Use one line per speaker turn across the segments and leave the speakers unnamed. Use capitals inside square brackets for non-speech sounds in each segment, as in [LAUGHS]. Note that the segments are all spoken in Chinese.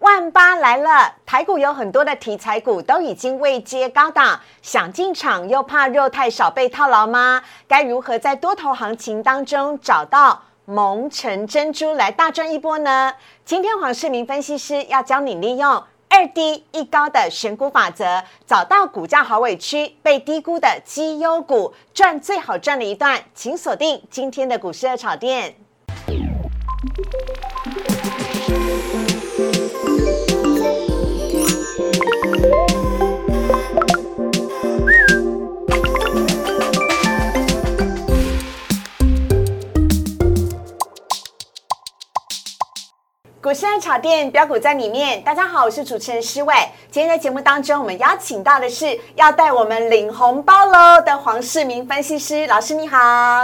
万八来了，台股有很多的题材股都已经位阶高档，想进场又怕肉太少被套牢吗？该如何在多头行情当中找到蒙尘珍珠来大赚一波呢？今天黄世明分析师要教你利用二低一高的选股法则，找到股价好委屈、被低估的绩优股，赚最好赚的一段，请锁定今天的股市热炒店。股市爱炒店标股在里面。大家好，我是主持人施伟。今天在节目当中，我们邀请到的是要带我们领红包喽的黄世明分析师老师，你好。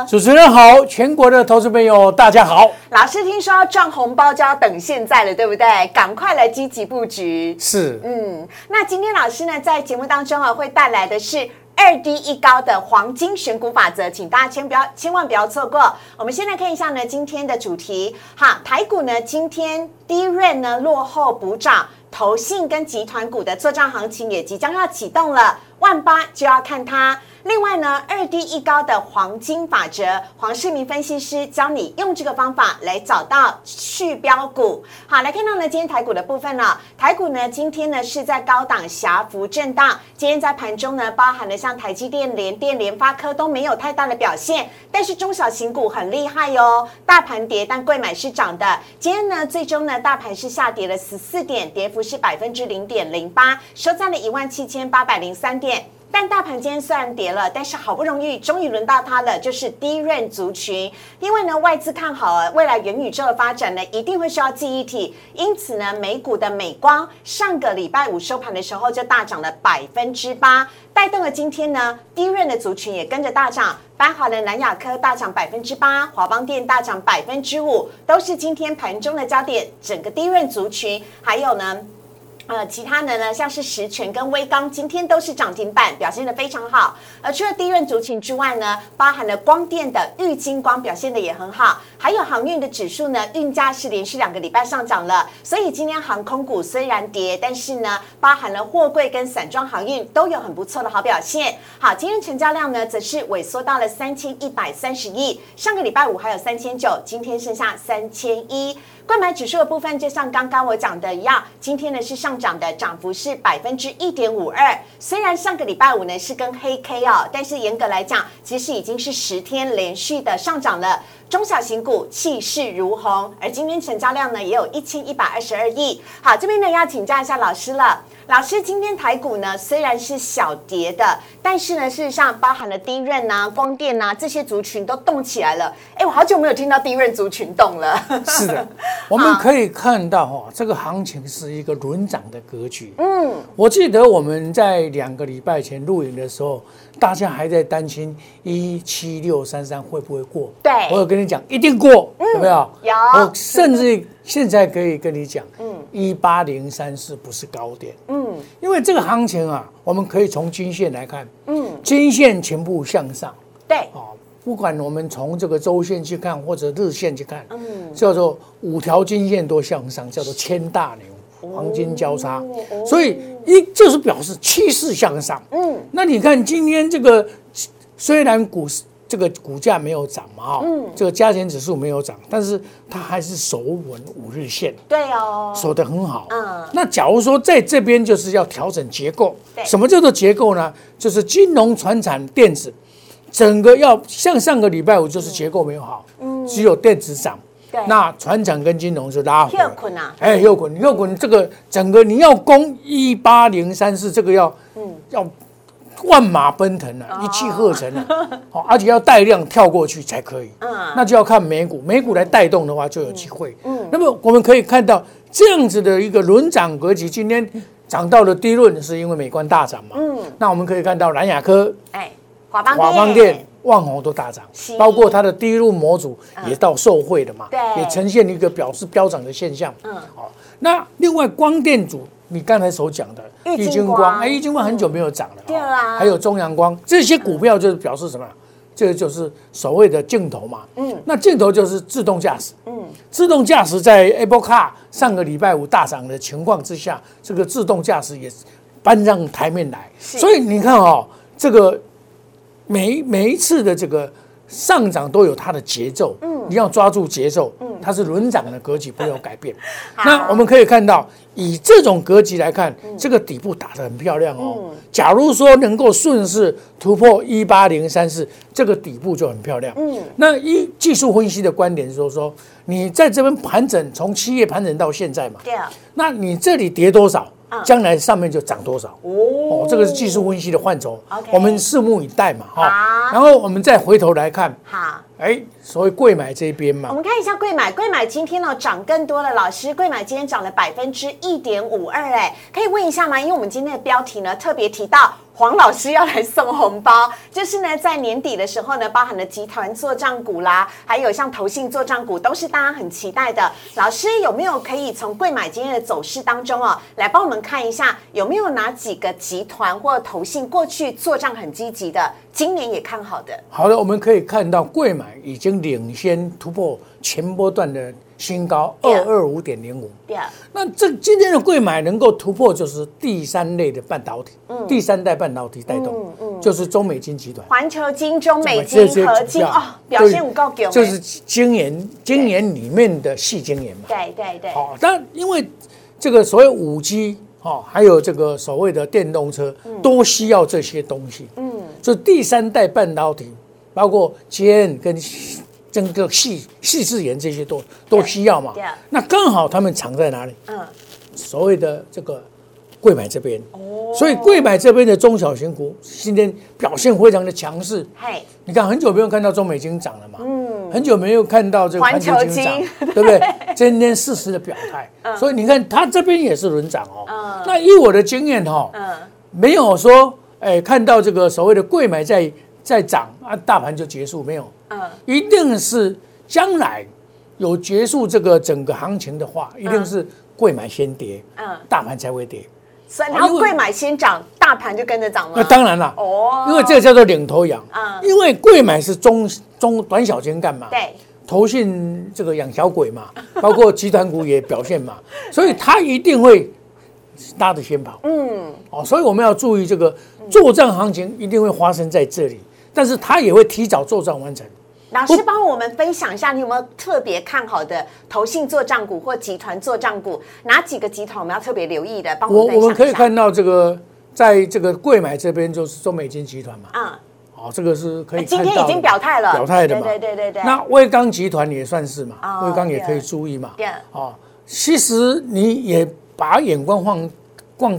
主持人好，全国的投资朋友大家好。
老师听说要赚红包就要等现在了，对不对？赶快来积极布局。
是，
嗯，那今天老师呢，在节目当中啊，会带来的是。二低一高的黄金选股法则，请大家千不要千万不要错过。我们先来看一下呢今天的主题，好，台股呢今天低润呢落后补涨，投信跟集团股的作战行情也即将要启动了，万八就要看它。另外呢，二低一高的黄金法则，黄世明分析师教你用这个方法来找到续标股。好，来看到呢，今天台股的部分了、台股呢今天呢是在高档狭幅震荡，今天在盘中呢包含了像台积电、联电、联发科都没有太大的表现，但是中小型股很厉害哦，大盘跌，但贵买是涨的。今天呢最终呢大盘是下跌了十四点，跌幅是百分之零点零八，收在了一万七千八百零三点。但大盘今天虽然跌了，但是好不容易终于轮到它了，就是低润族群。因为呢，外资看好啊未来元宇宙的发展呢，一定会需要记忆体，因此呢，美股的美光上个礼拜五收盘的时候就大涨了百分之八，带动了今天呢低润的族群也跟着大涨。包含了南亚科大涨百分之八，华邦电大涨百分之五，都是今天盘中的焦点。整个低润族群，还有呢。呃，其他的呢，像是石泉跟威刚，今天都是涨停板，表现的非常好。而除了低润族群之外呢，包含了光电的玉金光表现的也很好，还有航运的指数呢，运价是连续两个礼拜上涨了。所以今天航空股虽然跌，但是呢，包含了货柜跟散装航运都有很不错的好表现。好，今天成交量呢，则是萎缩到了三千一百三十亿，上个礼拜五还有三千九，今天剩下三千一。购买指数的部分，就像刚刚我讲的一样，今天呢是上涨的，涨幅是百分之一点五二。虽然上个礼拜五呢是跟黑 K 哦，但是严格来讲，其实已经是十天连续的上涨了。中小型股气势如虹，而今天成交量呢也有一千一百二十二亿。好，这边呢要请教一下老师了。老师，今天台股呢虽然是小跌的，但是呢事实上包含了低润呐、光电呐、这些族群都动起来了。哎，我好久没有听到低润族群动了。
是的， [LAUGHS] 我们可以看到哈、这个行情是一个轮涨的格局。嗯，我记得我们在两个礼拜前录影的时候，大家还在担心一七六三三会不会过。
对
我有跟你讲，一定过，有没嗯有？
有
我甚至现在可以跟你讲，嗯，一八零三四不是高点，嗯，因为这个行情啊，我们可以从均线来看，嗯，均线全部向上。
对，
哦，不管我们从这个周线去看，或者日线去看，叫做五条均线都向上，叫做千大牛黄金交叉，所以一就是表示趋势向上。嗯，那你看今天这个虽然股市这个股价没有涨嘛，哈，这个加权指数没有涨，但是它还是守稳五日线。
对哦，
守得很好。
嗯
那假如说在这边就是要调整结构
对，
什么叫做结构呢？就是金融、船产、电子，整个要像上个礼拜五就是结构没有好，只有电子涨
嗯对。
那船产跟金融就拉回来
又困啊
哎，又滚又滚，这个整个你要攻一八零三四，这个要
嗯
要万马奔腾啊，一气呵成啊， [LAUGHS] 哦，而且要带量跳过去才可以。
嗯
那就要看美股，美股来带动的话就有机会。嗯，那么我们可以看到这样子的一个轮涨格局，今天涨到了低论，是因为美观大涨嘛。嗯，那我们可以看到蓝雅科、
哎，华邦
华邦
店
电。万宏都大涨
是，嗯
包括它的低入模组也到受惠的嘛，
对
也呈现一个表示飙涨的现象。
嗯
好，那另外光电组，你刚才所讲的
玉金光
哎，玉金光很久没有涨了，哦
对啊
还有中阳光这些股票就是表示什么？这个就是所谓的镜头嘛，嗯，那镜头就是自动驾驶，嗯，自动驾驶在 Apple Car 上个礼拜五大涨的情况之下，这个自动驾驶也搬上台面来。所以你看哦，这个每每一次的这个上涨都有它的节奏，嗯，你要抓住节奏，嗯，它是轮涨的格 [LAUGHS] 局不要改变。那我们可以看到，以这种格局来看，这个底部打得很漂亮哦。假如说能够顺势突破一八零三四，这个底部就很漂亮。嗯，那一技术分析的观点就是说，你在这边盘整，从七月盘整到现在嘛，
对啊，
那你这里跌多少
嗯，
将来上面就涨多少。哦，这个是技术分析的范畴
OK，
我们拭目以待嘛哈。
好
然后我们再回头来看，
好。
哎，所谓贵买这边
我
嘛，
们看一下贵买，贵买今天呢涨更多了。老师，贵买今天涨了百分之一点五二，哎，可以问一下吗？因为我们今天的标题呢特别提到黄老师要来送红包，就是呢在年底的时候呢，包含了集团做账股啦，还有像投信做账股，都是大家很期待的。老师有没有可以从贵买今天的走势当中哦，来帮我们看一下有没有哪几个集团或投信过去做账很积极的，今年也看好的？
好的，我们可以看到贵买已经领先突破前波段的新高二
Yeah
二五点零五。
对啊，
那这今天的贵买能够突破，就是第三类的半导体，
嗯
第三代半导体带动，就是中美金集团。
环球金、中嗯美
这
金
些、
合
股
金
票
哦，表现有够强，
就是晶圆，晶圆里面的细晶圆嘛。
对对对，
好，哦但因为这个所谓五 G 哦，还有这个所谓的电动车，都需要这些东西。嗯，所以第三代半导体，包括 GN 跟整个细细制研这些都都需要嘛
对对。
那刚好他们藏在哪里？
嗯，
所谓的这个贵买这边。所以贵买这边的中小型股今天表现非常的强势。
嘿，
你看，很久没有看到中美金涨了嘛，嗯，很久没有看到这个
环
环
球
球
[LAUGHS]
金涨
金，嗯
对不对？今天适时的表态，所以你看它这边也是轮涨哦。那以我的经验哈，
嗯，
没有说哎看到这个所谓的贵买在在涨啊，大盘就结束没有？
嗯，
一定是将来有结束这个整个行情的话，一定是贵买先跌，
嗯
大盘才会跌。
所以然后
因为
贵买先涨，大盘就跟着涨
那
吗？
当然了，
哦
因为这个叫做领头羊
嗯
因为贵买是中中短小型干嘛？
对，
投信这个养小鬼嘛， [LAUGHS] 包括集团股也表现嘛，所以它一定会拉的先跑。嗯，哦，所以我们要注意这个作战行情一定会发生在这里，但是它也会提早作战完成。
老师帮我们分享一下，你有没有特别看好的投信做账股或集团做账股？哪几个集团我们要特别留意的？帮
我
们分
我
享一
们
下。
可以看到这个，在这个贵买这边就是中美金集团嘛，
啊，
哦，这个是可以
哎今
看
天
到
已经
的
表态了，
表态的嘛，
对对对对对。
那威刚集团也算是嘛
哦，
威刚也
对
可以注意嘛
对。
哦，其实你也把眼光放放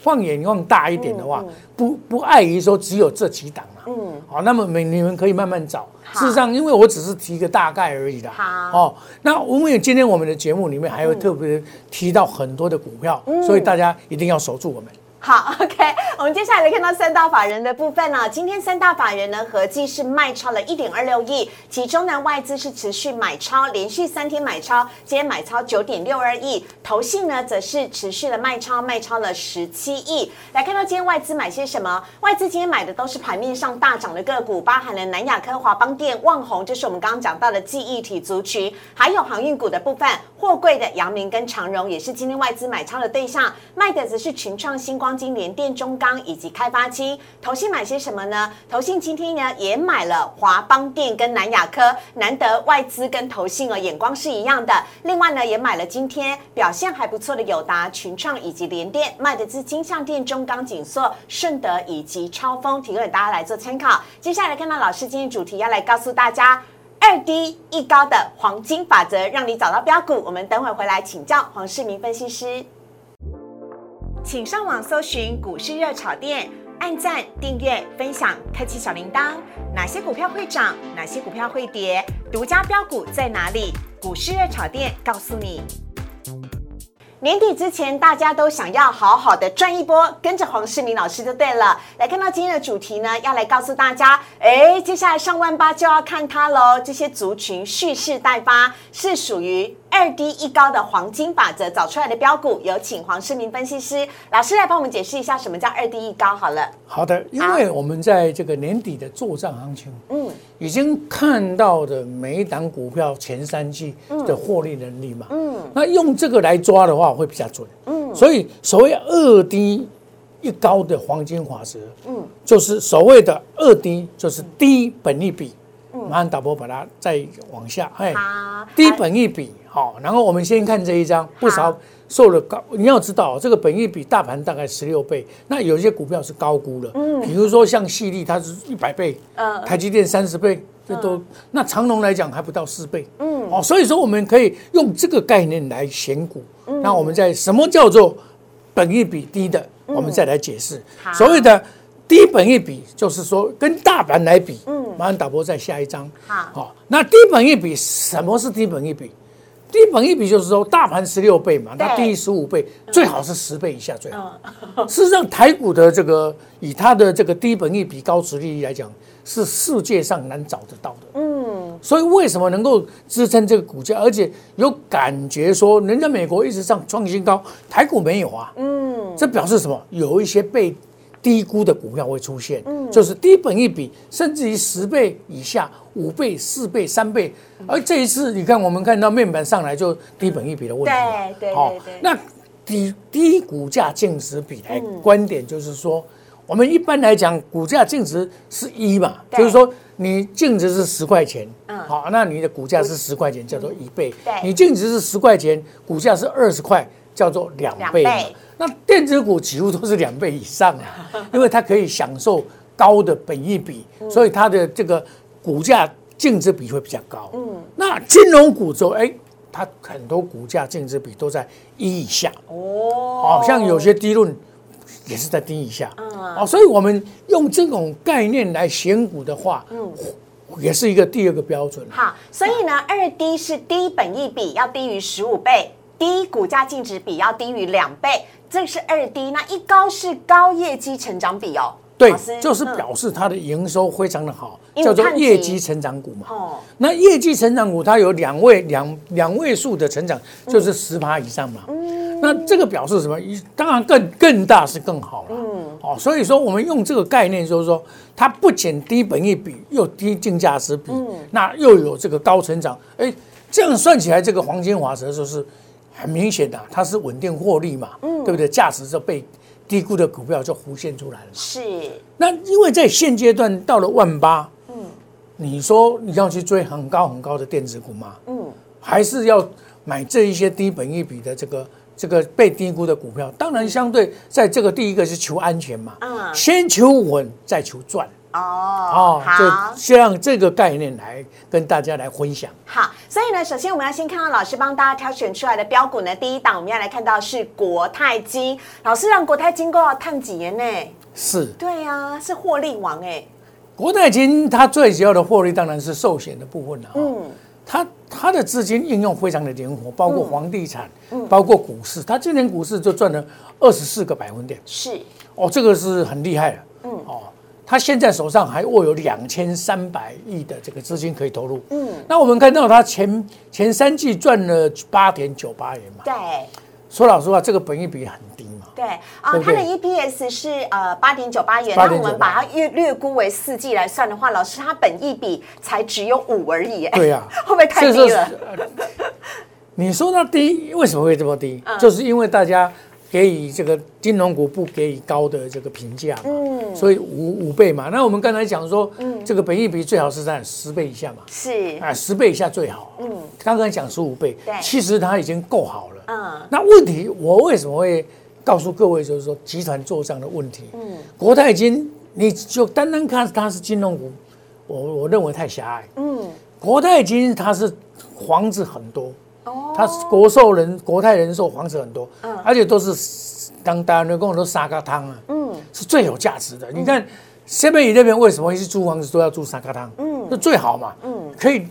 放眼望大一点的
嗯
话，不不碍于说只有这几档嘛。嗯。好，那么你你们可以慢慢找。
好
事实上，因为我只是提个大概而已啦。
好嗯
哦，那我们也今天我们的节目里面还会特别提到很多的股票，所以大家一定要守住我们。
好，OK，我 [LAUGHS] 们接下来看到三大法人的部分呢、今天三大法人呢合计是卖超了一点二六亿，其中呢外资是持续买超，连续三天买超，今天买超九点六二亿，投信呢则是持续的卖超，卖超了十七亿。来看到今天外资买些什么？外资今天买的都是盘面上大涨的个股，包含了南亚科、华邦电、旺宏，这是我们刚刚讲到的记忆体族群，还有航运股的部分，货柜的阳明跟长荣也是今天外资买超的对象，卖的则是群创、星光金、联电、中钢以及开发金。投信买些什么呢？投信今天呢也买了华邦电跟南亚科，难得外资跟投信哦眼光是一样的。另外呢也买了今天表现还不错的友达、群创以及联电，卖的是金像电、中钢、锦硕、顺德以及超风，提供给大家来做参考。接下来看到老师今天主题要来告诉大家。二低一高的黄金法则，让你找到标股。我们等会回来请教黄世明分析师。请上网搜寻股市热炒店，按赞、订阅、分享，开启小铃铛。哪些股票会涨？哪些股票会跌？独家标股在哪里？股市热炒店告诉你。年底之前，大家都想要好好的赚一波，跟着黄世明老师就对了。来看到今天的主题呢，要来告诉大家，哎，接下来上万八就要看它喽。这些族群蓄势待发，是属于二低一高的黄金法则找出来的标股，有请黄世明分析师老师来帮我们解释一下什么叫二低一高好了。
好的，因为我们在这个年底的作战行情，
嗯，
已经看到的每一档股票前三季的获利能力嘛，嗯，那用这个来抓的话会比较准，嗯，所以所谓二低一高的黄金法则，嗯，就是所谓的二低就是低本利比，马上打波把它再往下，哎
好，
低本益比，好，然后我们先看这一张，不少
好
受了高，你要知道这个本益比大盘大概十六倍，那有些股票是高估了，比如说像细粒，它是一百倍，
嗯
台积电三十倍，这都，那长隆来讲还不到四倍，嗯，哦，所以说我们可以用这个概念来选股，那我们在什么叫做本益比低的，我们再来解释
好，
所谓的低本益比就是说跟大盘来比，嗯，马上打波在下一张，
好
好，那低本一比，什么是低本一比？低本一比就是说大盘十六倍嘛，它
对
低于十五倍，最好是十倍以下最好。 [LAUGHS] 事实上，台股的这个以它的这个低本一比高值利率来讲，是世界上难找得到的。
嗯，
所以为什么能够支撑这个股价，而且有感觉说，人家美国一直上创新高，台股没有啊？嗯，这表示什么？有一些被低估的股票会出现，
嗯
就是低本一比，甚至于十倍以下、五倍、四倍、三倍。而这一次，你看我们看到面板上来就低本一比的问题嘛，
对对
好
对对
那低低股价净值比来观点就是说，
嗯
我们一般来讲，股价净值是一嘛，
对
就是说你净值是十块钱，
嗯
好，那你的股价是十块钱，叫做一倍
对；
你净值是十块钱，股价是二十块，叫做两倍嘛
两倍。
那电子股几乎都是两倍以上 [LAUGHS] 啊，因为它可以享受高的本益比，所以它的这个股价净值比会比较高。嗯，那金融股就哎，它很多股价净值比都在一以下。
哦，
好、像有些低论也是在低一下，
嗯
哦，所以我们用这种概念来选股的话，也是一个第二个标准。啊
好，所以呢，二低是低本益比要低于十五倍，低股价净值比要低于两倍，这是二低。那一高是高业绩成长比哦，
对
老师，
就是
嗯
表示它的营收非常的好，
因为
叫做
看
业
起
绩成长股嘛。
哦，
那业绩成长股它有两位两两位数的成长，
嗯
就是十趴以上嘛。那这个表示什么？一当然更更大是更好了。
嗯
哦，所以说我们用这个概念就是说，它不仅低本益比，又低竞价值比，
嗯
那又有这个高成长，哎，这样算起来，这个黄金华蛇就是很明显的，啊它是稳定获利嘛，
嗯
对不对？价值就被低估的股票就浮现出来了嘛。
是
那因为在现阶段到了万八，嗯，你说你要去追很高很高的电子股吗？
嗯，
还是要买这一些低本益比的这个这个被低估的股票？当然，相对在这个第一个是求安全嘛，
嗯
先求稳再求赚
哦，好
就，先让这个概念来跟大家来分享。
好，所以呢，首先我们要先看到老师帮大家挑选出来的标股呢，第一档我们要来看到是国泰金，老师让国泰金够要探几年呢？
是
对啊，是获利王哎、
国泰金它最主要的获利当然是寿险的部分了、嗯，它它的资金应用非常的灵活，包括房地产，包括股市，它今年股市就赚了二十四个百分点，
是
哦，这个是很厉害的。嗯，哦，他现在手上还握有两千三百亿的这个资金可以投入。嗯，那我们看到他前前三季赚了八点九八元嘛，
对
说老实话，这个本益比很低嘛。
对啊，
对不
它
对
的 EPS 是呃八点九八元，那我们
8.98
把它略略估为四季来算的话，老师它本益比才只有五而已、哎
[LAUGHS] 对啊呀
会不会太
这
低
就是
了？
呃 [LAUGHS] 你说它低，为什么会这么低？
嗯
就是因为大家给予这个金融股不给予高的这个评价嘛，
嗯
所以五五倍嘛。那我们刚才讲说，这个本益比最好是在十倍以下嘛，
[LAUGHS] 是
啊，十倍以下最好。嗯，刚刚讲十五倍
嗯对，
其实它已经够好了。
嗯，
那问题我为什么会告诉各位，就是说集团做账的问题。嗯，国泰金，你就单单看它是金融股，我我认为太狭隘。
嗯
国泰金它是房子很多，
哦
它是国寿人国泰人寿房子很多，而且都是当当然跟我都沙咖汤啊，
嗯
是最有价值的。你看 seven e l e 为什么一直租房子都要住沙咖汤？嗯，那最好嘛，嗯，可以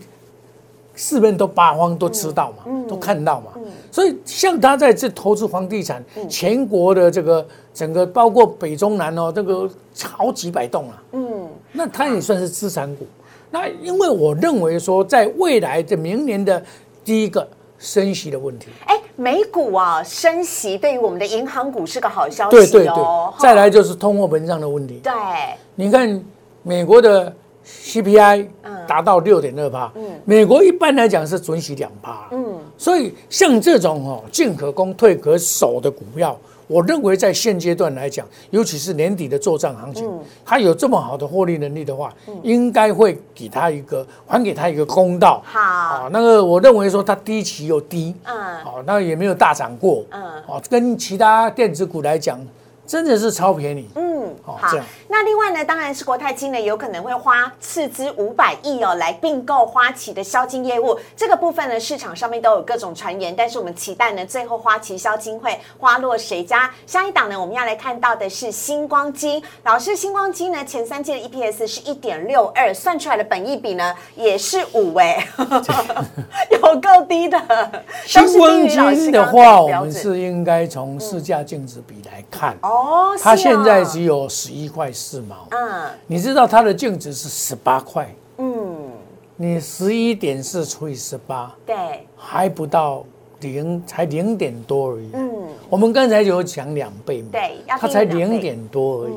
四面都八方都吃到嘛，
嗯
都看到嘛。所以像他在这投资房地产，
嗯
全国的这个整个包括北中南哦，这个好几百栋啊，
嗯
那它也算是资产股。那因为我认为说，在未来的明年的第一个升息的问题。
哎，美股啊升息对于我们的银行股是个好消息
对对对
哦。，
再来就是通货膨胀的问题。
对，
你看美国的 CPI
嗯
达到六点二帕，美国一般来讲是准许两趴，嗯，所以像这种哦进可攻退可守的股票，我认为在现阶段来讲，尤其是年底的作战行
嗯
情，它有这么好的获利能力的话，应该会给它一个还给它一个公道。
好
啊，那个我认为说它低期又低，
嗯
好，那也没有大涨过，
嗯
哦，跟其他电子股来讲，真的是超便宜，
嗯，
好
好
这样。
那另外呢，当然是国泰金呢，有可能会花斥资五百亿哦，来并购花旗的销金业务。这个部分呢，市场上面都有各种传言，但是我们期待呢，最后花旗销金会花落谁家？下一档呢，我们要来看到的是星光金。老师，星光金呢，前三季的 EPS 是一点六二，算出来的本益比呢也是五哎， [LAUGHS] 有够低的。
[LAUGHS] 星光
但是低于老师
金的
刚刚
话，我
标
们
准
是应该从市价净值比来看，
哦，
它
是啊
现在只有十一块四毛，
嗯
你知道它的净值是十八块，
嗯，
你十一点四除以十八，
对，
还不到零，才零点多而已。
嗯。
我们刚才有讲两倍嘛，
对要
它才
定两倍嗯
零点多而已，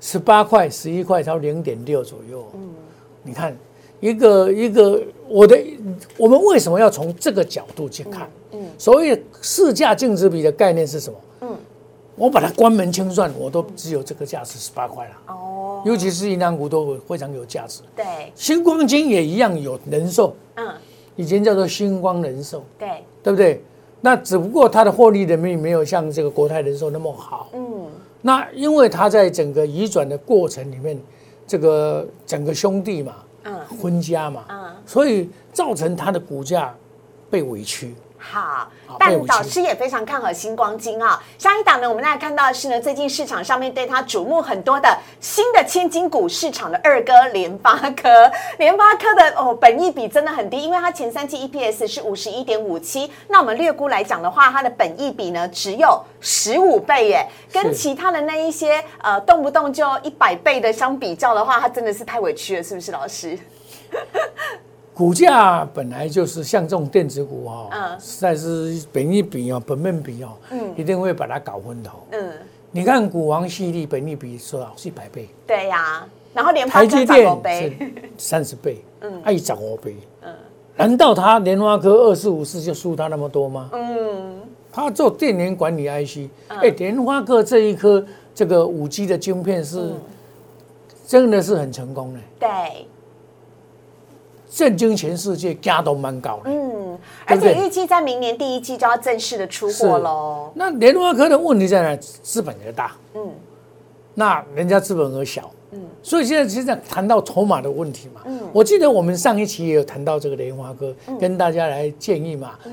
十八块、十一块，到零点六左右。
嗯
你看一个一个，我的我们为什么要从这个角度去看？
嗯
所谓市价净值比的概念是什么？我把它关门清算，我都只有这个价值十八块了。
哦，
尤其是银行股都非常有价值，
对，
星光金也一样有人寿，
嗯，
以前叫做星光人寿。
对，
对不对？那只不过它的获利能力没有像这个国泰人寿那么好。
嗯，
那因为它在整个移转的过程里面，这个整个兄弟嘛，
嗯，
婚家嘛，
嗯，
所以造成它的股价被委屈。
好
好，
但
被我
导
记
师也非常看好星光金啊。下一档呢，我们来看到的是呢，最近市场上面对它瞩目很多的新的千金股市场的二哥联发科。联发科的哦，本益比真的很低，因为它前三季 EPS 是五十一点五七，那我们略估来讲的话，它的本益比呢只有十五倍耶，跟
是
其他的那一些呃动不动就一百倍的相比较的话，它真的是太委屈了，是不是老师？
股价本来就是像这种电子股哈、哦
嗯，
实在是本益比哦，本面比哦，一定会把它搞昏头。
嗯，
你看股王犀利本益比说是一百倍，
对呀、然后联发
台积
科涨
电
五倍。
[LAUGHS] 是三十倍，嗯，爱涨五倍，难道它联发科二四五四就输它那么多吗？嗯，它做电源管理 IC，哎，联发科这一颗这个五 G 的晶片是真的是很成功的，
[LAUGHS] 对，
震惊全世界，价都蛮高的。
嗯，而
对不
且
对
预计在明年第一季就要正式的出
是
货喽。
那联发科的问题在哪？资本额大，
嗯，
那人家资本额小，嗯，所以现在现在谈到筹码的问题嘛，嗯，我记得我们上一期也有谈到这个莲花哥，跟大家来建议嘛，嗯，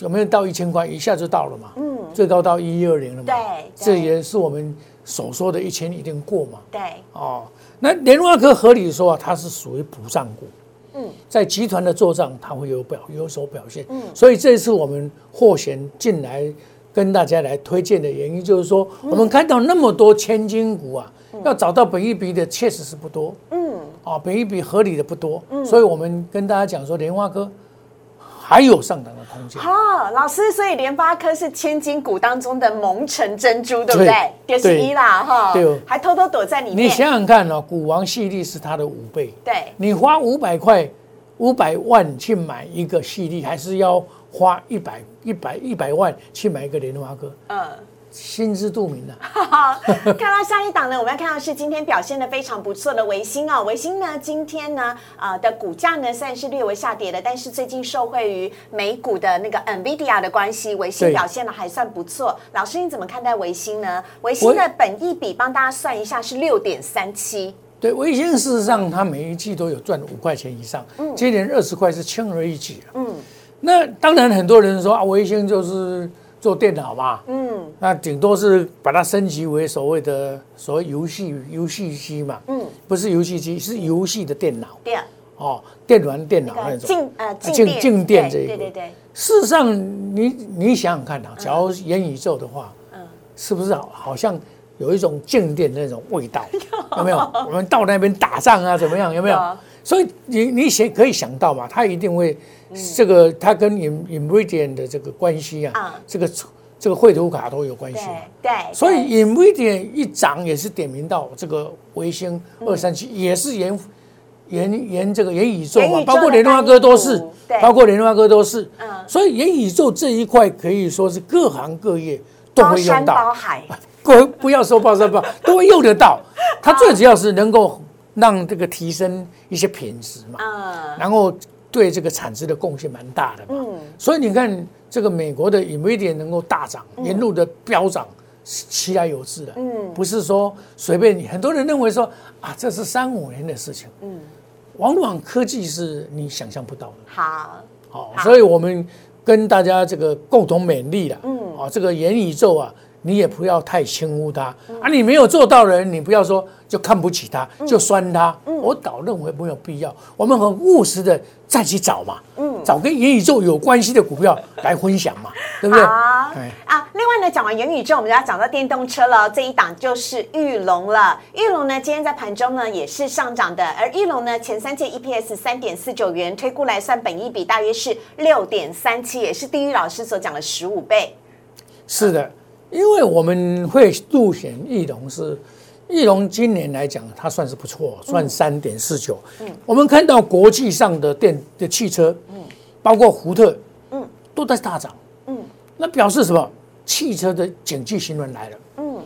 有没有到一千块？一下就到了嘛，嗯，最高到一一二零了嘛，
对
这
对
也是我们所说的一千一定过嘛，
对，
哦，那莲花科合理说啊，它是属于补涨股，
嗯
嗯，在集团的做账，它会有表有所表现，嗯，所以这一次我们获选进来跟大家来推荐的原因，就是说我们看到那么多千金股啊，要找到本益比的确实是不多，
嗯，
啊，本益比合理的不多，所以我们跟大家讲说，莲花科还有上涨的空间。
好，老师，所以联发科是千金股当中的蒙尘珍珠，对不对？
对
点十一啦，哈，
对哦
还偷偷躲在里
你
面。
想想看哦，股王系利是它的五倍，
对，
你花五百块、五百万去买一个系利，还是要花一百、一百、一百万去买一个莲花哥？
嗯。
心知肚明啊。
好，看到下一档呢，我们要看到是今天表现的非常不错的维新哦。维新呢，今天呢，呃的股价呢虽然是略微下跌的，但是最近受惠于美股的那个 Nvidia 的关系，维新
对
表现的还算不错。老师你怎么看待维新呢？维新的本益比帮大家算一下是六点三七，
对，微星事实上它每一季都有赚五块钱以上，
嗯
今年二十块是轻而易举啊。嗯，那当然很多人说啊，微星就是做电脑嘛，
嗯，
那顶多是把它升级为所谓的所谓游戏游戏机嘛，
嗯，
不是游戏机，是游戏的电脑
对，啊
哦，电玩电脑那
呃
种
静呃
啊
静电
静电这一
对
个
对对。对，
事实上，你你想想看啊，假如元宇宙的话，
嗯
是不是好好像
[LAUGHS]
有一种静电的那种味道？有没有？我们到那边打仗啊，怎么样？有没有
有？
所以你你想可以想到嘛，它一定会
嗯
这个它跟 im Imridian 的这个关系
啊
啊，这个这个绘图卡都有关系
对
嘛。
对，
所
对
以 Nvidia 一涨也是点名到这个维星
嗯
二三七，也是沿沿沿这个元宇宙
元宇宙
嘛
的，
包括联发科都是
概念股对，
包括联发科都是
嗯。
所以元宇宙这一块可以说是各行各业都
包
会用
山包
到，
海，
各位不要说报
[LAUGHS]
三报，都会用得到。它
嗯
最主要是能够让这个提升一些品质嘛，
嗯，
然后对这个产值的贡献蛮大的嘛。所以你看，这个美国的 Nvidia 能够大涨，沿路的飙涨，是其来有致的。
嗯
不是说随便你。很多人认为说啊，这是三五年的事情。嗯，往往科技是你想象不到的。
好，
好，
好
所以我们跟大家这个共同勉励了。嗯，啊，这个元宇宙啊，你也不要太轻忽它啊。你没有做到的人，你不要说就看不起他，就酸他。我倒认为没有必要。我们很务实的再去找嘛，嗯，找跟元宇宙有关系的股票来分享嘛，对不对？
好
哎
啊！另外呢，讲完元宇宙，我们就要讲到电动车了。这一档就是玉龙了。玉龙呢，今天在盘中呢也是上涨的，而玉龙呢前三届 EPS 三点四九元，推估来算，本益比大约是六点三七，也是地狱老师所讲的十五倍。
是的，因为我们会入选翼龙是，翼龙今年来讲，它算是不错，
嗯
算三点四九。我们看到国际上的电的汽车，包括福特，
嗯
都在大涨。
嗯
那表示什么？汽车的景气循环来了。
嗯，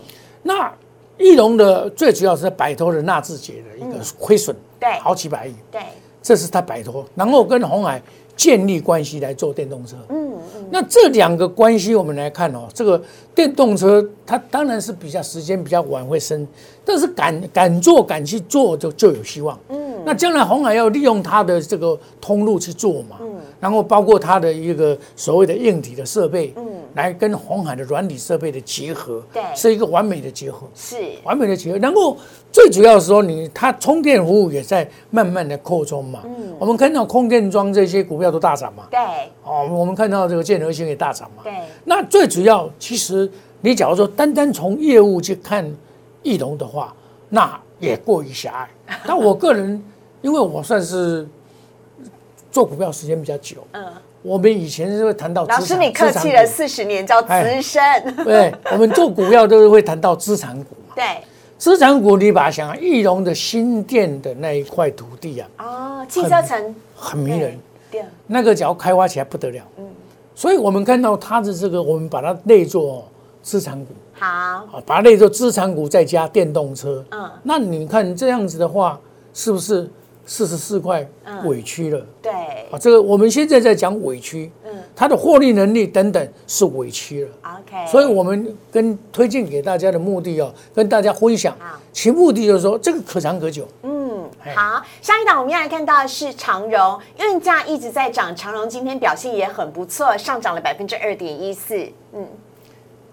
那翼龙的最主要是摆脱了纳智捷的一个亏损，
嗯对
好几百亿，
对，
这是它摆脱，然后跟红海建立关系来做电动车。
嗯嗯
那这两个关系，我们来看哦，这个电动车它当然是比较时间比较晚会生，但是敢敢做敢去做就就有希望。
嗯，
那将来红海要利用它的这个通路去做嘛，
嗯
然后包括它的一个所谓的硬体的设备，
嗯，
来跟红海的软体设备的结合，
对
是一个完美的结合。
是，
完美的结合。然后最主要是说你，它充电服务也在慢慢的扩充嘛。
嗯
我们看到空电桩这些股票都大涨嘛。
对
哦，我们看到这个建和兴也大涨嘛。
对，
那最主要，其实你假如说单单从业务去看翼龙的话，那也过于狭
[LAUGHS]
隘。但我个人，因为我算是做股票时间比较久，
嗯。
我们以前是会谈到
老
资
师，
产
你客
资产
气
股
了，四十年叫资
哎
深，
对，我们做股票都是会谈到资产股嘛。
对
资产股你把它想啊，翼龙的新店的那一块土地啊，
哦，汽车城
很迷人，，
对嗯对，
那个只要开发起来不得了。所以我们看到它的这个，我们把它类作哦资产股。
好，
啊，把它列作资产股再加电动车，
嗯
嗯，那你看这样子的话，是不是四十四块
嗯
委屈了？
对
啊，这个我们现在在讲委屈，
嗯
嗯，它的获利能力等等是委屈了。
，OK，
所以我们跟推荐给大家的目的哦，跟大家分享
好，
其目的就是说这个可长可久。
嗯，
哎
好，下一档我们要来看到的是长荣，运价一直在涨，长荣今天表现也很不错，上涨了百分之二点一四。 [LAUGHS] 嗯，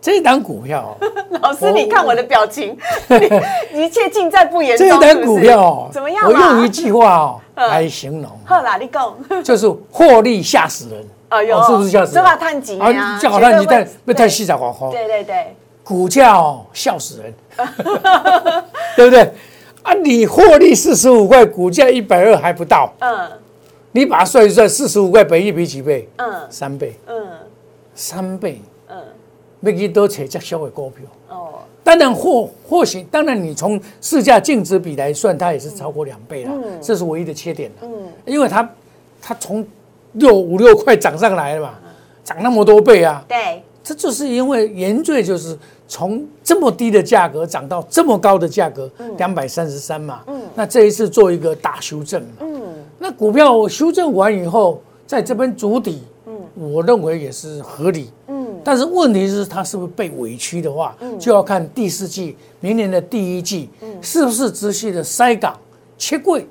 这一档股
[LAUGHS]
票、哦，
老师，你看我的表情， [LAUGHS] 你一切尽在不言中。
这一
是
档
不
股
是
票、哦，
怎么样啦？啊嗯
我用
[LAUGHS]
一句话哦来形容，
赫拉利贡，
就是获利吓死人。
哎呦
哦是不是吓死人？
这话叹气啊
这好叹
绝对会
气，但
对
不太细仔广花。
[LAUGHS] 对对对，
股价哦，笑
[LAUGHS]
死人，对不对？啊，你获利四十五块，股价一百二还不到，
嗯
你把它算一算，四十五块本一比几倍？
嗯
三倍，
嗯
三倍，
嗯，
要去多找较小的股票。
哦，
当然或或许，当然你从市价净值比来算，它也是超过两倍了，这是唯一的缺点了。因为它它从六五六块涨上来了嘛，涨那么多倍啊，
对，
这就是因为原罪就是从这么低的价格涨到这么高的价格，
嗯
两百三十三嘛，那这一次做一个大修正嘛，
嗯
那股票修正完以后，在这边筑底，
嗯
我认为也是合理，但是问题是它是不是被委屈的话，
嗯
就要看第四季明年的第一季是不是持续的塞港切柜，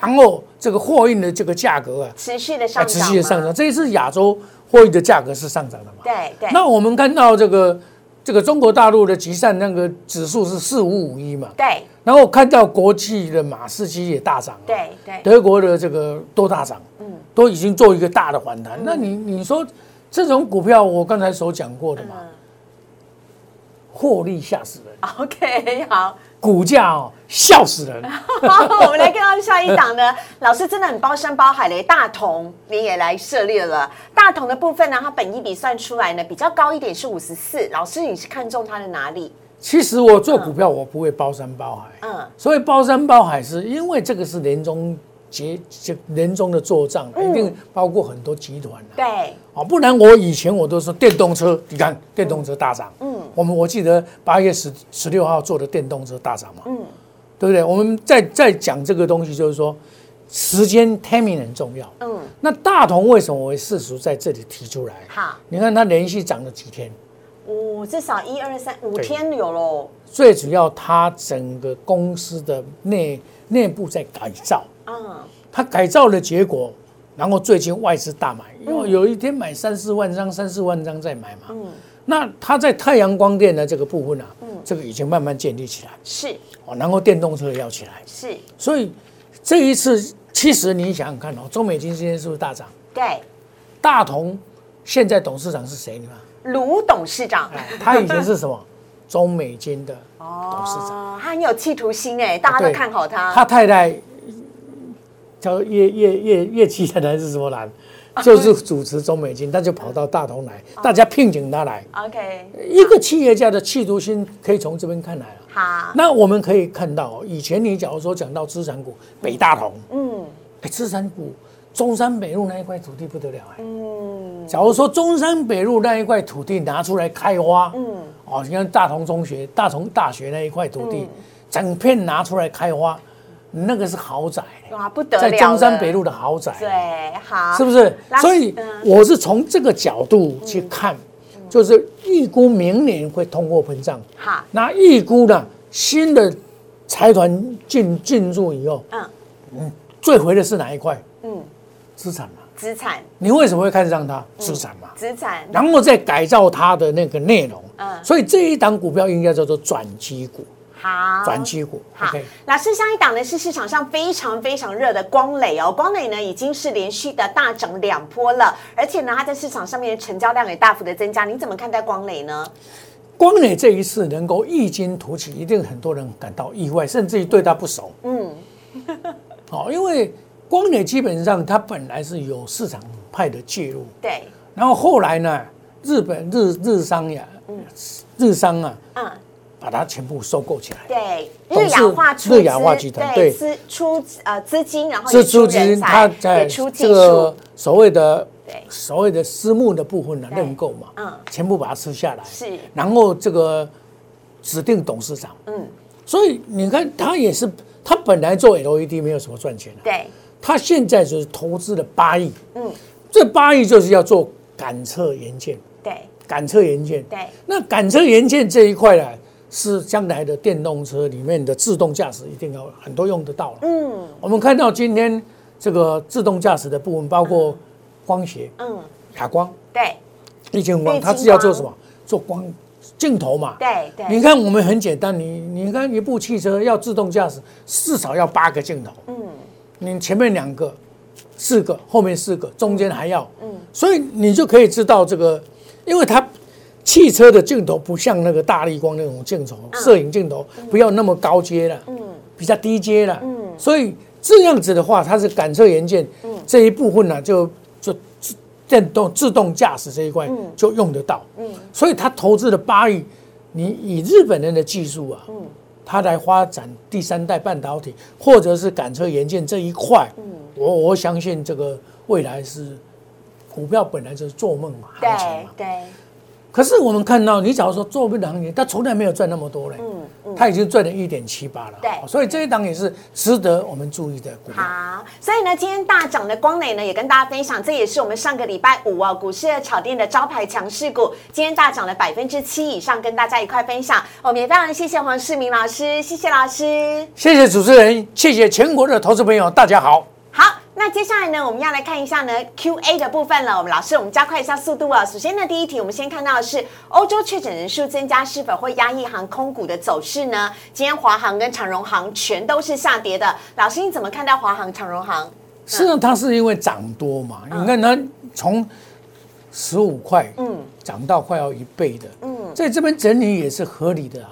然后这个货运的这个价格啊，
持续的上
啊
涨
持
嘛，
续的上涨，这一次亚洲货运的价格是上涨的嘛？
对对，
那我们看到这个这个中国大陆的集散那个指数是四五五一嘛，
对
然后看到国际的马士基也大涨，，啊
对对，
德国的这个都大涨，嗯，都已经做一个大的反
嗯
弹。
嗯
那你你说这种股票，我刚才所讲过的嘛，获利吓死人，
OK，好，
股价哦笑死
[LAUGHS]
人。
好，我们来看到下一档呢，老师真的很包山包海嘞。大同你也来涉猎了，大同的部分呢，它本益比算出来呢比较高一点，是五十四。老师你是看中它的哪里？
其实我做股票，我不会包山包海。
嗯
嗯，所以包山包海是因为这个是年终结结年终的做账，
嗯
一定包括很多集团的。
对，
啊，不然我以前我都说电动车，你看电动车大涨。嗯，我们我记得八月十十六号做的电动车大涨嘛。嗯，对不对？我们再再讲这个东西，就是说时间 timing 很重要。
嗯，
那大同为什么我会世俗在这里提出来？
好，
你看它连续涨了几天。
五至少一二三五
对
天有喽。
最主要，它整个公司的内内部在改造，
嗯，
它改造的结果，然后最近外资大买，因为有一天买三四万张，三四万张再买嘛。那它在太阳光电的这个部分啊，这个已经慢慢建立起来
是
哦，然后电动车也要起来，
是，
所以这一次其实你想想看哦，中美金今天是不是大涨？
对，
大同现在董事长是谁？你看，
卢董事长。
哎他以前是什么？中美金的董事长。啊
哦，他很有企图心哎，大家都
对
看好他。
他太太叫叶叶叶叶奇兰还是什么兰，
啊
就是主持中美金，他就跑到大同来，大家聘请他来。
OK，
一个企业家的企图心可以从这边看来啊了。
好，
那我们可以看到，以前你假如说讲到资产股，北大同，嗯，哎，资产股中山北路那一块土地不得了哎，嗯，假如说中山北路那一块土地拿出来开花，嗯，哦，你看大同中学、大同大学那一块土
嗯
地，整片拿出来开花，那个是豪宅，
哇，不得了
在
了，
中山北路的豪宅，
对，好，
是不是
拉？
所以
嗯
我是从这个角度去看，就是预估明年会通货膨胀。
好，
那预估呢，新的财团进进入以后，
嗯
最回的是哪一块？
嗯，
资产嘛。
资产，
你为什么会看上它？资产嘛。
资产，
然后再改造它的那个内容。
嗯
所以这一档股票应该叫做转机股，
好，
转机股。
好
OK。，
老师，下一档呢是市场上非常非常热的光磊哦，光磊呢已经是连续的大涨两波了，而且呢，它在市场上面的成交量也大幅的增加，你怎么看待光磊呢？
光磊这一次能够异军突起，一定很多人感到意外，甚至于对他不熟。
嗯，
好，因为光磊基本上它本来是有市场派的介入，
对，
然后后来呢，日本日日商呀，日商啊，
嗯，
把它全部收购起来。
对，
董
日
事
亚化出资，
日亚化集团
对
对
资出呃资金，然后也
这出
人
金
才
它
也
在
出技
这
术
个，所谓的
对
所谓的私募的部分呢，
对
认购嘛，
嗯
全部把它吃下来，
是
然后这个指定董事长，
嗯，
所以你看他也是，他本来做 LED 没有什么赚钱的、啊
对，
他现在就是投资了八亿，
嗯，
这八亿就是要做感测元件，
对，
感测元件，
对
那感测元件这一块呢，是将来的电动车里面的自动驾驶一定要很多用得到了。
嗯
我们看到今天这个自动驾驶的部分，包括光学、
嗯，
卡光、
对
液晶
滤
光，它
镜
是要做什
光
么？做光镜头嘛。
对对，
你看我们很简单，你你看一部汽车要自动驾驶，至少要八个镜头。嗯，你前面两个、四个，后面四个，中间还要。嗯，所以你就可以知道这个，因为它汽车的镜头不像那个大力光那种镜头，摄影镜头不要那么高阶了，嗯，比较低阶了，嗯，所以这样子的话，它是感测元件这一部分呢，就就自电动自动驾驶这一块就用得到，嗯，所以它投资了八亿，你以日本人的技术啊，嗯，它来发展第三代半导体或者是感测元件这一块，嗯，我我相信这个未来是股票本来就是做梦嘛，行情
对
嘛。
对，
可是我们看到，你假如说做不行业，他从来没有赚那么多嘞，嗯，他已经赚了一点七八了，
对
所以这一档也是值得我们注意的股票。
好，所以呢，今天大涨的光磊呢，也跟大家分享，这也是我们上个礼拜五啊，股市的炒店的招牌强势股，今天大涨了百分之七以上，跟大家一块分享。哦我们也非常谢谢黄世明老师，谢谢老师。
谢谢主持人，谢谢全国的投资朋友，大家好。
好，那接下来呢，我们要来看一下呢 Q A 的部分了。我们老师，我们加快一下速度啊。首先呢，第一题我们先看到的是欧洲确诊人数增加，是否会压抑航空股的走势呢？今天华航跟长荣航全都是下跌的。老师，你怎么看待华航、长荣航？
事实上，它是因为涨多嘛，你看它从十五块，
嗯
嗯，涨到快要一倍的，
嗯
嗯，在这边整理也是合理 [LAUGHS] 的啊。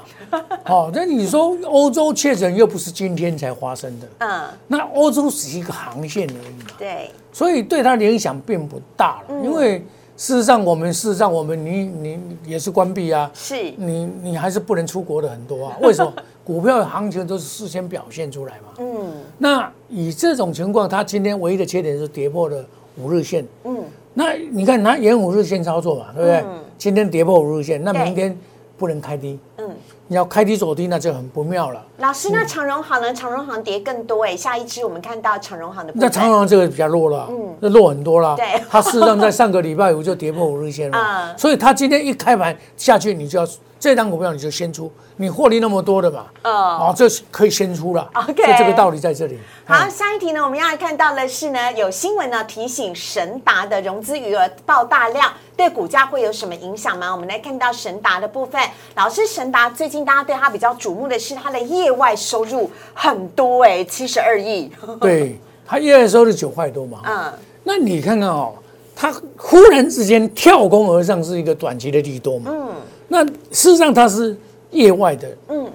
好，那你说欧洲确诊又不是今天才发生的，
嗯，
那欧洲只是一个航线而已嘛，
对，
所以对它的影响并不大了，因为事实上我们事实上我们你你也是关闭啊，
是，
你你还是不能出国的很多啊，
[LAUGHS]
为什么？股票行情都是事先表现出来嘛。
嗯
那以这种情况，它今天唯一的缺点是跌破了五日线。
嗯，
那你看拿沿五日线操作嘛，对不对？今天跌破五日线，那
对
明天不能开低，
嗯。
你要开低走低，那就很不妙了。
老师，那长荣行呢？长荣行跌更多哎，下一支我们看到长荣行的部
那
分。
长荣这个比较弱了，那弱很多了。
嗯
[LAUGHS]
对
它事实上在上个礼拜五就跌破五日线了
嗯，
所以它今天一开盘下去，你就要这张股票你就先出，你获利那么多的嘛，
嗯
哦，这是可以先出了。
OK
所以这个道理在这里。
好，
嗯
下一题呢，我们要来看到的是呢，有新闻呢提醒神达的融资余额爆大量，对股价会有什么影响吗？我们来看到神达的部分。老师，神达最近大家对它比较瞩目的是它的业外收入很多哎，七十二亿。 [LAUGHS]
对，它一来收是九块多嘛，
嗯，
那你看看哦，它忽然之间跳空而上是一个短期的利多嘛。嗯。那事实上它是业外的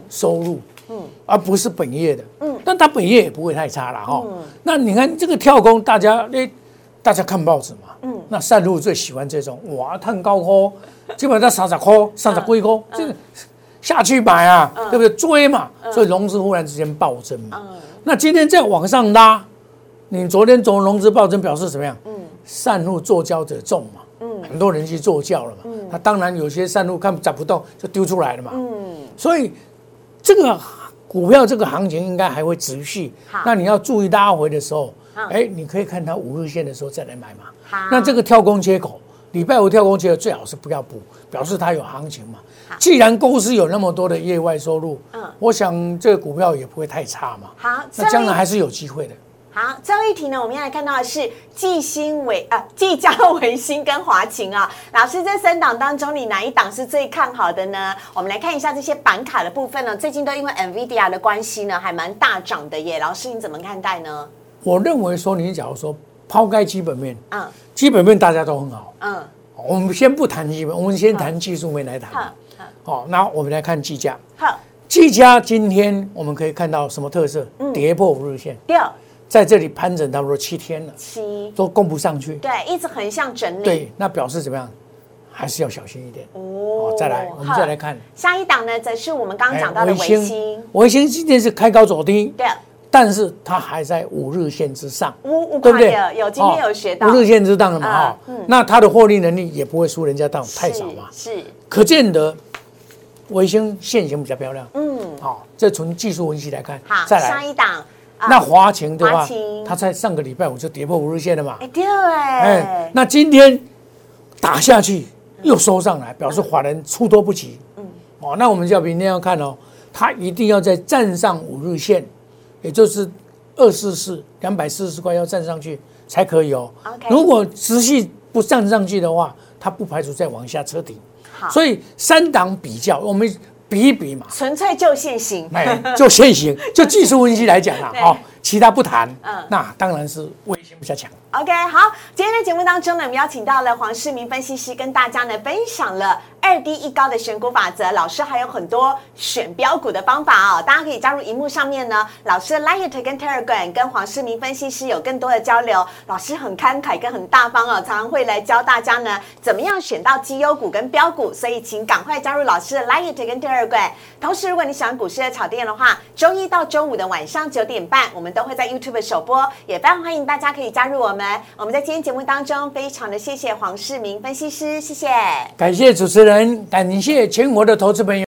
收入，嗯，而不是本业的。嗯。但它本业也不会太差了哈。那你看这个跳空，大家诶，大家看报纸嘛，嗯，那散户最喜欢这种哇，探高科，基本上三十块、三十几块，这个下去买啊，对不对？追嘛，所以融资忽然之间暴增嘛。那今天再往上拉，你昨天从融资暴增表示怎么样？嗯，散户做交者众嘛，嗯，很多人去做交了嘛，那当然有些散户看涨不动就丢出来了嘛，嗯，所以这个股票这个行情应该还会持续
好，
那你要注意拉回的时候
嗯，
哎，你可以看它五日线的时候再来买嘛
好，
那这个跳空缺口。礼拜五跳空缺口最好是不要补，表示它有行情嘛。既然公司有那么多的业外收入，
嗯
我想这个股票也不会太差嘛。
好，
那
最
将
后
来
一
还是有机会的。
好，最后一题呢，我们要来看到的是季新维啊， [LAUGHS] 季嘉维新跟华勤啊。老师，这三档当中，你哪一档是最看好的呢？我们来看一下这些板卡的部分呢，最近都因为 NVIDIA 的关系呢，还蛮大涨的耶。老师，你怎么看待呢？
我认为说，你假如说抛开基本面，
嗯
基本面大家都很好。
嗯，
我们先不谈基本，我们先谈技术面来谈
好。，好
好，那我们来看技嘉。
好，
技嘉今天我们可以看到什么特色？
嗯
跌破五日线，
六
在这里盘整差不多七天了，
七，
都攻不上去。
对，一直横向整理。，
对，那表示怎么样？还是要小心一点。
哦
哦，再来，我们再来。
好
看。
下一档呢，则是我们刚刚讲到的
哎
维新，，
维新今天是开高走低，
对，
但是它还在五日线之上，
五五
对不
块
对
的？有今天有学到
哦五日线之上了嘛？
啊
哈，那它的获利能力也不会输人家到太少嘛。
是，是
可见得维星线型比较漂亮。
嗯。
好，这从技术分析来看
好，，
再
下
来
一档，啊
那华勤的
华
话
勤，
它在上个礼拜五就跌破五日线了嘛
哎。对哎，
那今天打下去又收上来，表示法人出多不及。嗯，哦，那我们就要明天要看哦，它一定要在站上五日线，也就是二四四两百四十块要站上去才可以哦
OK。
如果持续不站上去的话，它不排除再往下车底。
好，
所以三档比较，我们比一比嘛， [LAUGHS]
纯粹就现行，
哎，就现行，就技术分析来讲啦，哦，其他不谈，
嗯
那当然是卫星比较强。
OK，好，今天的节目当中呢，我们邀请到了黄世明分析师跟大家呢分享了二低一高的选股法则，老师还有很多选标股的方法哦，大家可以加入荧幕上面呢，老师的 Light 跟 Telegram 跟黄世明分析师有更多的交流，老师很慷慨跟很大方哦，常常会来教大家呢怎么样选到绩优股跟标股，所以请赶快加入老师的 Light 跟 Telegram。同时，如果你喜欢股市的炒店的话，周一到周五的晚上九点半，我们都会在 YouTube 首播，也非常欢迎大家可以加入我们。我们在今天节目当中，非常的谢谢黄世明分析师，谢谢。
感谢主持人，感谢全国的投资朋友。